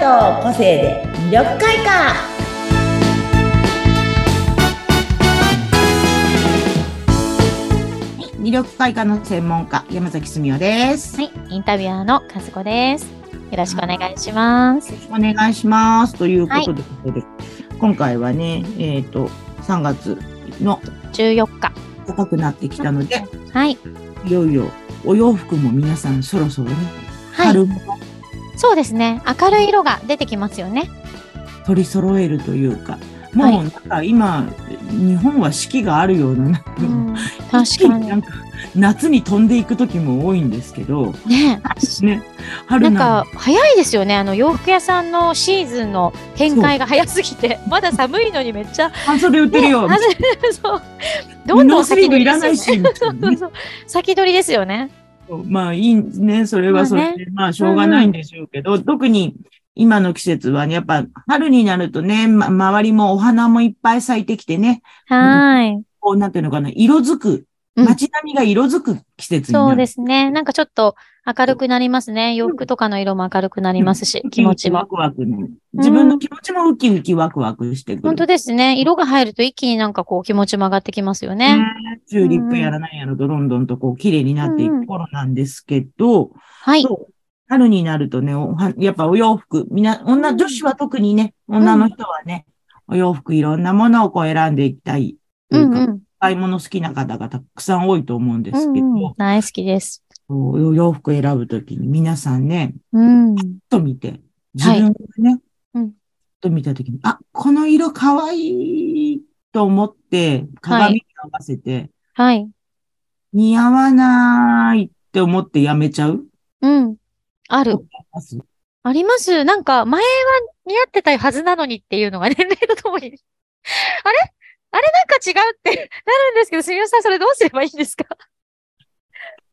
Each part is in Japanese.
の個性で魅力開花はい魅力開花の専門家山崎澄夫です。はい、インタビュアーの和子です。よろしくお願いします。お願いします。ということで、今回はね、えっ、と3月の14日。高くなってきたので、はい。いよいよお洋服も皆さんそろそろね、はい。春物そうですね。明るい色が出てきますよね。取り揃えるというか、もうなんか今、日本は四季があるような、うん。一確気かににな。んか夏に飛んでいく時も多いんですけど、ねね、な春んなか早いですよね。あの洋服屋さんのシーズンの展開が早すぎて、 まだ寒いのにめっちゃ。半袖売ってるよ、ねあ そう。どんどノんースリーブ先取いりでらなすよいね。し、みたいなそうねそう先取りですよね。 まあいいね、それはそれで、まあしょうがないんでしょうけど、特に今の季節はね、やっぱ春になるとね、ま、周りもお花もいっぱい咲いてきてね、はーい。こうなんていうのかな、色づく、うん街並みが色づく季節になる。そうですね。なんかちょっと明るくなりますね。洋服とかの色も明るくなりますし、気持ちもワ。クワクね。自分の気持ちもウキウキワクワクしてくる。本当ですね。色が入ると一気になんかこう気持ちも上がってきますよね。ねチューリップやらないやらとどんどんとこう綺麗になっていく頃なんですけど、はい。そう春になるとね、おはやっぱお洋服、みな、女、うん女子は特にね、女の人はね、お洋服いろんなものをこう選んでいきたい。とういうんか、うん。買い物好きな方がたくさん多いと思うんでうすんけど、うん、大好きです。そうお洋服選ぶときに皆さんね、うん。ふと見て、自分がね、うんふと見たときに、あ、この色かわいいと思って、鏡に合わせて、はい。似合わないって思ってやめちゃううん。ある。ますあります。なんか前は似合ってたはずなのにっていうの が年齢とともに。あれあれなんか違うってなるんですけど、すみません。それどうすればいいんですか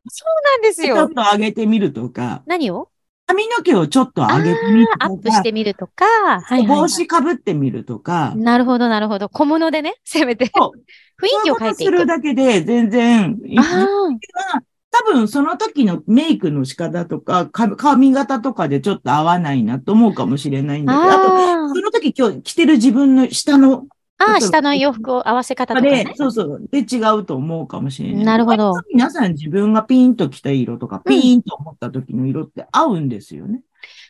そうなんですちょよっ。と上げてみるとか、何を髪の毛をちょっと上げてみるアとップしかて、みるとか。はい、はい。帽子かぶってみるとか、なるほど、なるほど。小物でね、せめて。雰そう囲気をそういうこ変えとていすくる。だけで全然、いいあはあ。多分その時のメイクの仕方とか、か髪型とかでちょっと合わないなと思うかもしれないんだけど、あと、あその時今日着てる自分の下の、例えばあ、ああ、下の洋服を合わせ方とかでね。、そうそう、で違うと思うかもしれない。なるほど割と皆さん自分がピンと着た色とか、ピンと思った時の色って合うんですよね。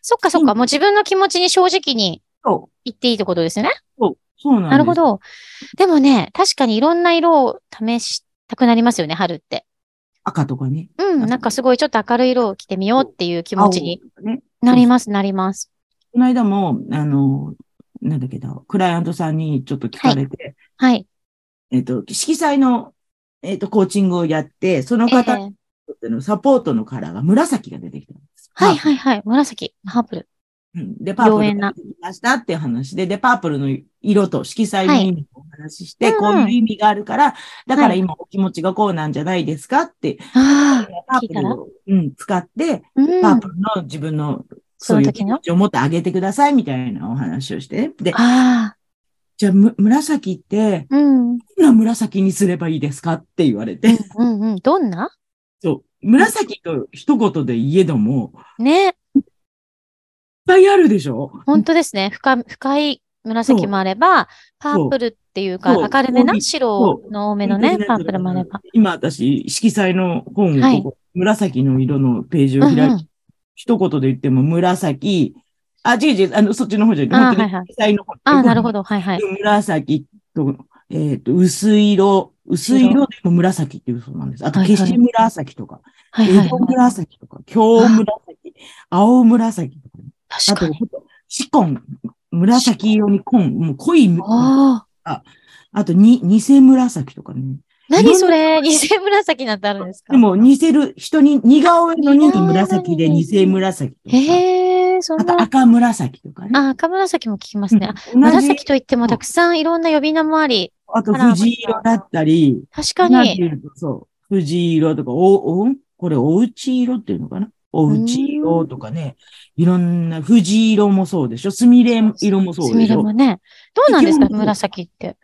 そっかそっか、もう自分の気持ちに正直にそう、言っていいってことですよね。そう、そうなんです。なるほど。でもね、確かにいろんな色を試したくなりますよね、春って。赤とかね。うん、なんかすごいちょっと明るい色を着てみようっていう気持ちに青とかね。なります、なります。この間も、あの、なんだっけど、クライアントさんにちょっと聞かれて、はい。えっと、色彩の、えっと、コーチングをやって、そのええ方にとってのサポートのカラーが紫が出てきたんです。はいい。はいはい。紫、ハープル。うんで、パープ妖ルが艶な出てきましたっていう話で、で、パープルの色と色彩のはい意味をお話しして、うんこういう意味があるから、だかはらい今お気持ちがこうなんじゃないですかって、ああ、パ聞ーいプたらルを、うん、使って、うパーん。プルの自分のそそうのいう時気の持。ちを持ってあげてくださいみたいなお話をして、で、ああ、じゃあ、む紫って、うん。うんどんな紫にすればいいですかって言われて。うん。どんなそう。紫と一言で言えども、いっね、ぱいあるでしょ本当ですね。深、深い紫もあれば、パープルっていうか、そう明るめそなう白の多めのね、パープルもあれば。。今私、色彩の本を、はいここ紫の色のページをうん開ういて、ん。一言で言っても紫、あ、違う違う、あの、そっちの方じゃなあくて、はいはい色彩の方。ああ、なるほど。はいはい。紫と、えっ、と、薄い色、薄い色でも紫っていうそうなんです。あと、はいはい消し紫とか、はいはい江戸はい。紫とか、京紫、青紫とか、あ確とかに。、シコン、紫色にコン、もう濃い、ああ。あとに、偽紫とかね。何それ偽紫なんてあるんですかでも、似せる、人に、似顔絵の似に紫で似偽紫とか。へえ、そんあと、な。赤紫とかね。あ、赤紫も聞きますね。あうん同じ、紫といってもたくさんいろんな呼び名もあり。あと、藤色だったり、確かなんてに。いうとそう、藤色とか、お、お、これ、おうち色っていうのかなおうち色とかね、いろんな、藤色もそうでしょすみれ色もそすうでみしれょもね。どうなんですかいけるもん紫って。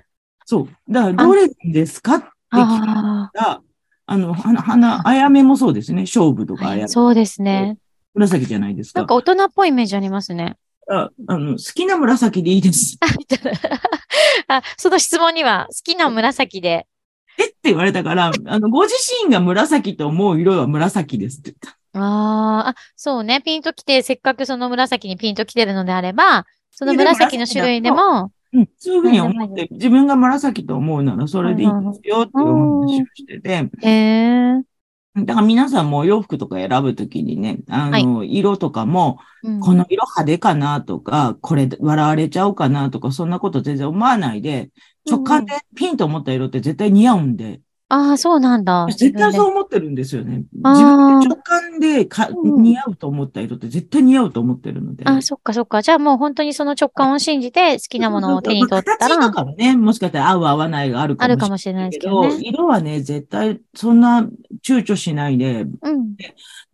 そう。だから、どれですかって聞くあが、あの、花、花、あやめもそうですね。勝負とあ。かあはやめい。そうですね。紫じゃないですなかん。か大人っぽいイメージありますね。ああの、好きな紫でいいです。みたいな あ、その質問には、好きな紫で。えって言われたから、あの、ご自身が紫と思う色は紫ですって言っあーあ、そうね。ピンときて、せっかくその紫にピンときてるのであれば、その紫の種類でも、た。うん。そういうふうに思って、自分が紫と思うならそれでいいですよっていうお話をしてて、へえ。だから皆さんもお洋服とか選ぶときにね、あの、色とかも、うんこの色派手かなとか、これ笑われちゃうかなとか、そんなこと全然思わないで、直感でピンと思った色って絶対似合うんで、ああ、そうなんだ。絶対自分そでう思ってるんですよね。あー自分で直感でかうん似合うと思った色って絶対似合うと思ってるので。あ、そっかそっか。じゃあもう本当にその直感を信じて好きなものを手に取った形らと、かはね、もしかしたら合う合わないがあるかあるかももししれれなないいでけすけどど、ね。色はね、絶対そんな躊躇しないで、うん。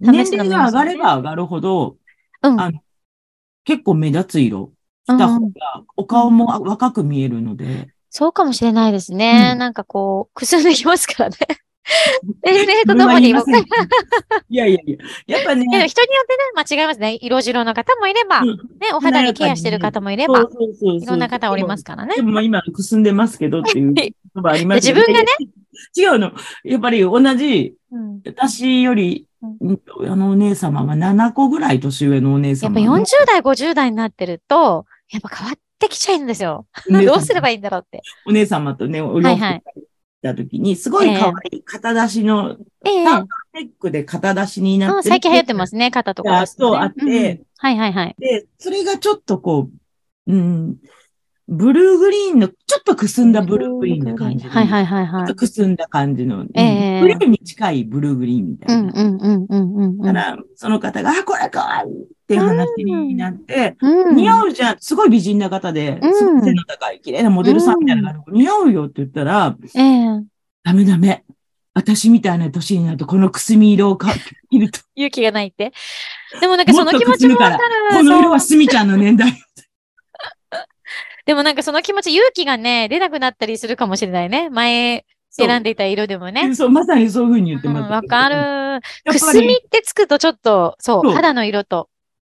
試年す齢のもいいですねが上がれば上がるほど、うん。あ結構目立つ色。う着た方ん、が、お顔もあ若く見えるので。そうかもしれないですね。うんなんかこう、くすんできま すからね。年齢ととも自分は言に、いま僕せんいやいやいや。やっぱ でもね、人によってね、まあ違いますね。色白の方もいれば、うねん、お肌にケアしてる方もいれば、そうそうそうそういろんな方おりますからね。でもまあ今、くすんでますけどっていう言葉ありますけど自分がね。違うの。やっぱり同じ、うん私より、ううんあのお姉様は7個ぐらい年上のお姉やっ様ぱの。 40代、50代になってると、やっぱ変わってきちゃうんですよ。お姉様どうすればいいんだろうって。お姉様とね、お洋服はいは行った時に、すごい可愛い肩出しの、ええタートルネックで肩出しになうんってる。最近流行ってますね、肩とかですね、そうあってうんはいはいはい。で、それがちょっとこう、うん、ブルーグリーンの、ちょっとくすんだブルーグリーンな感じの。。はいはいいはちいょっはいと。くすんだ感じの。うんええグレーに近いブルーグリーンみたういんな。うんうんうんうんうだかん。ら、その方が、あ、これ可愛いっていう話になって、うん似合うじゃん。すごい美人な方で、うんすごい背の高い、綺麗なモデルさんみたいなのが、似合うよって言ったら、ええダメダメ。私みたいな年になると、このくすみ色を か着ると、勇気がないって。でもなんかその気持ちもわかる。この色はそうすみちゃんの年代。 でもなんかその気持ち、勇気がね、出なくなったりするかもしれないね。前選んでいた色でもね。そう、まさにそういうふうに言ってうんもらった。わかる。やっぱり。くすみってつくとちょっと、そう、そう肌の色と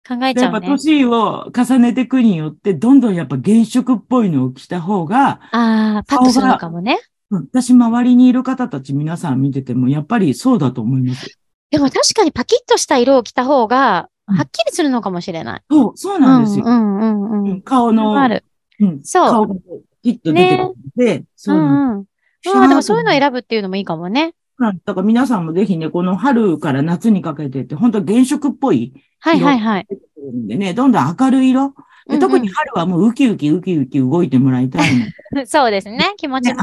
考えちやゃっうぱね。年を重ねていくによって、どんどんやっぱ原色っぽいのを着た方が、ああ、パッとするのかもね。私周りにいる方たち皆さん見てても、やっぱりそうだと思います。でも確かにパキッとした色を着た方が、うんはっきりするのかもしれない。そう、そうなんですよ。うんうんうんううんん。顔の、ある。うんそう顔がヒッと出てくるので、うそうなんんうん。そうああ、でもそういうのを選選ぶっていうのもいいかもね。ぶ。だから皆さんもぜひね、この春から夏にかけてって、本当原色っぽいはいはいはい。出てくるんでね、どんどん明るい色。うんうでん特に春はもうウキウキウキウキ動いてもらいた いので、そうですね。気持ちね、明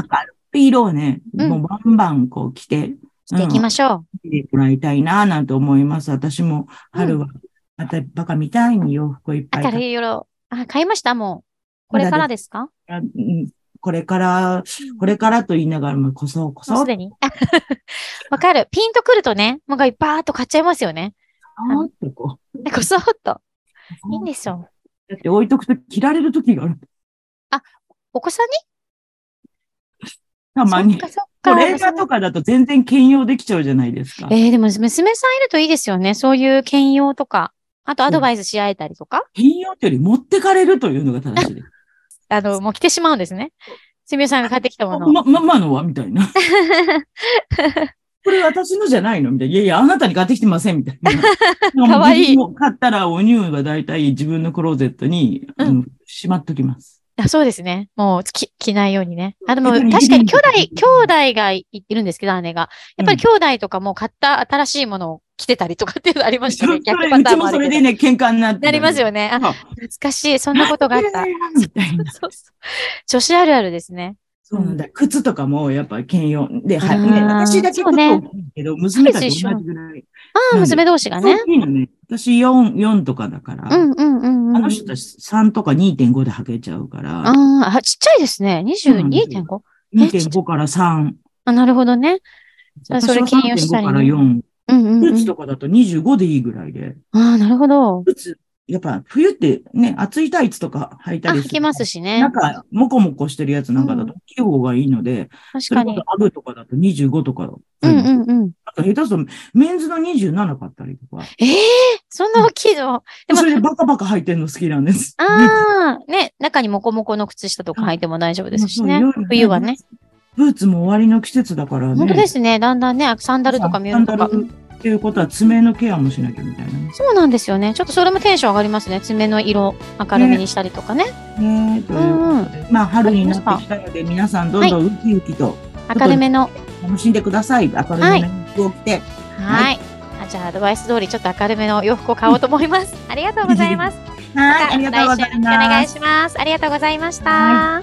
るい色をね、うんもうバンバンこう着て、着していきましょ見てもらいたいなぁなんて思います。私も春は、またバカみたいに洋服をいっう。ぱい明買るっい色。あ、買いましたもう。これからですかたうんこれから、これからと言いながらも、こそこもうそす、でに。 わかる。ピンとくるとね、もうがバーッと買っちゃいますよね。あーってこでこそっと。う。いいんですよ。だって置いとくと着られる時がある。お子さんにたまにそ。っかそっトかレーナーとかだと全然兼用できちゃうじゃないですか。えー、でも娘さんいるといいですよね。そういう兼用とか。あとアドバイスし合えたりとか。兼用ってより持ってかれるというのが正しいです。あの、もう着てしまうんですね。すみさんが買ってきたものを。ま、ママのはみたいな。これ私のじゃないのみたいな。いやいや、あなたに買ってきてませんみたい な。かわいい自分も買ったら、お乳はだいたい自分のクローゼットに、うんあのしまっときます。あそうですね。もう着、着ないようにね。あ、でも逆確にかに兄弟、リビング兄弟がいいるんですけど、姉が。やっぱりうん兄弟とかも買った新しいものを着てたりとかっていうのありましたね。そ逆れパうターちンももあそるれけでど。ね、喧嘩になって。なりますよね。あ、そう。懐かしい。そんなことがあっ た。みたいな。そうそう。女子あるあるですね。そうなんだ。靴とかもやっぱ兼用。で、はい。あーね私だけ靴そうね大きいけど、娘たち同じぐらい。あなあ、んで娘同士が大ね。きいのね。私4、四とかだかうら。んうんうんうん。あの人たち3とか2.5で履けちゃうから。あーあ、ちっちゃいですね。22.5? 2.5から3。あ、なるほどね。じゃあそれ私は兼用したり3.5ねから4。うんうん、ブうーツん。とかだと25でいいぐらいで。ああ、なるほど。ブーツ、やっぱ冬ってね、暑いタイツとか履いたあ、りする。履きますしねなん。か、もこもこしてるやつなんかだと大きい方がいいので、確そかれこに。そアグとかだと25とか。うんうんうん。あと下手するとメンズの27買ったりとか。ええそんな大きいの。でもそ、れでバカバカ履いてんの好きなんです。ああ、ね、中にモコモコの靴下とか履いても大丈夫ですしねまあそう。冬はね。。ブーツも終わりの季節だからね。。本当ですすね。だんだんね、サンダルとかミュールとサンかダ。ルっていうことは爪のケアもしなきゃみたいなね。そうなんですよね。ちょっとそれもテンション上がりますね。爪の色明るめにしたりとかね。ねえとういう。んうん。まあ春になってきたので皆さんどんどんウキウキと明るめの。楽しんでください。明るめの服を着て。はい。あじゃあ、アドバイス通り、ちょっと明るめの洋服を買おうと思います。ありがとうございます。はい、ありがとうござい来週お願まいす。します。ありがとうございました。は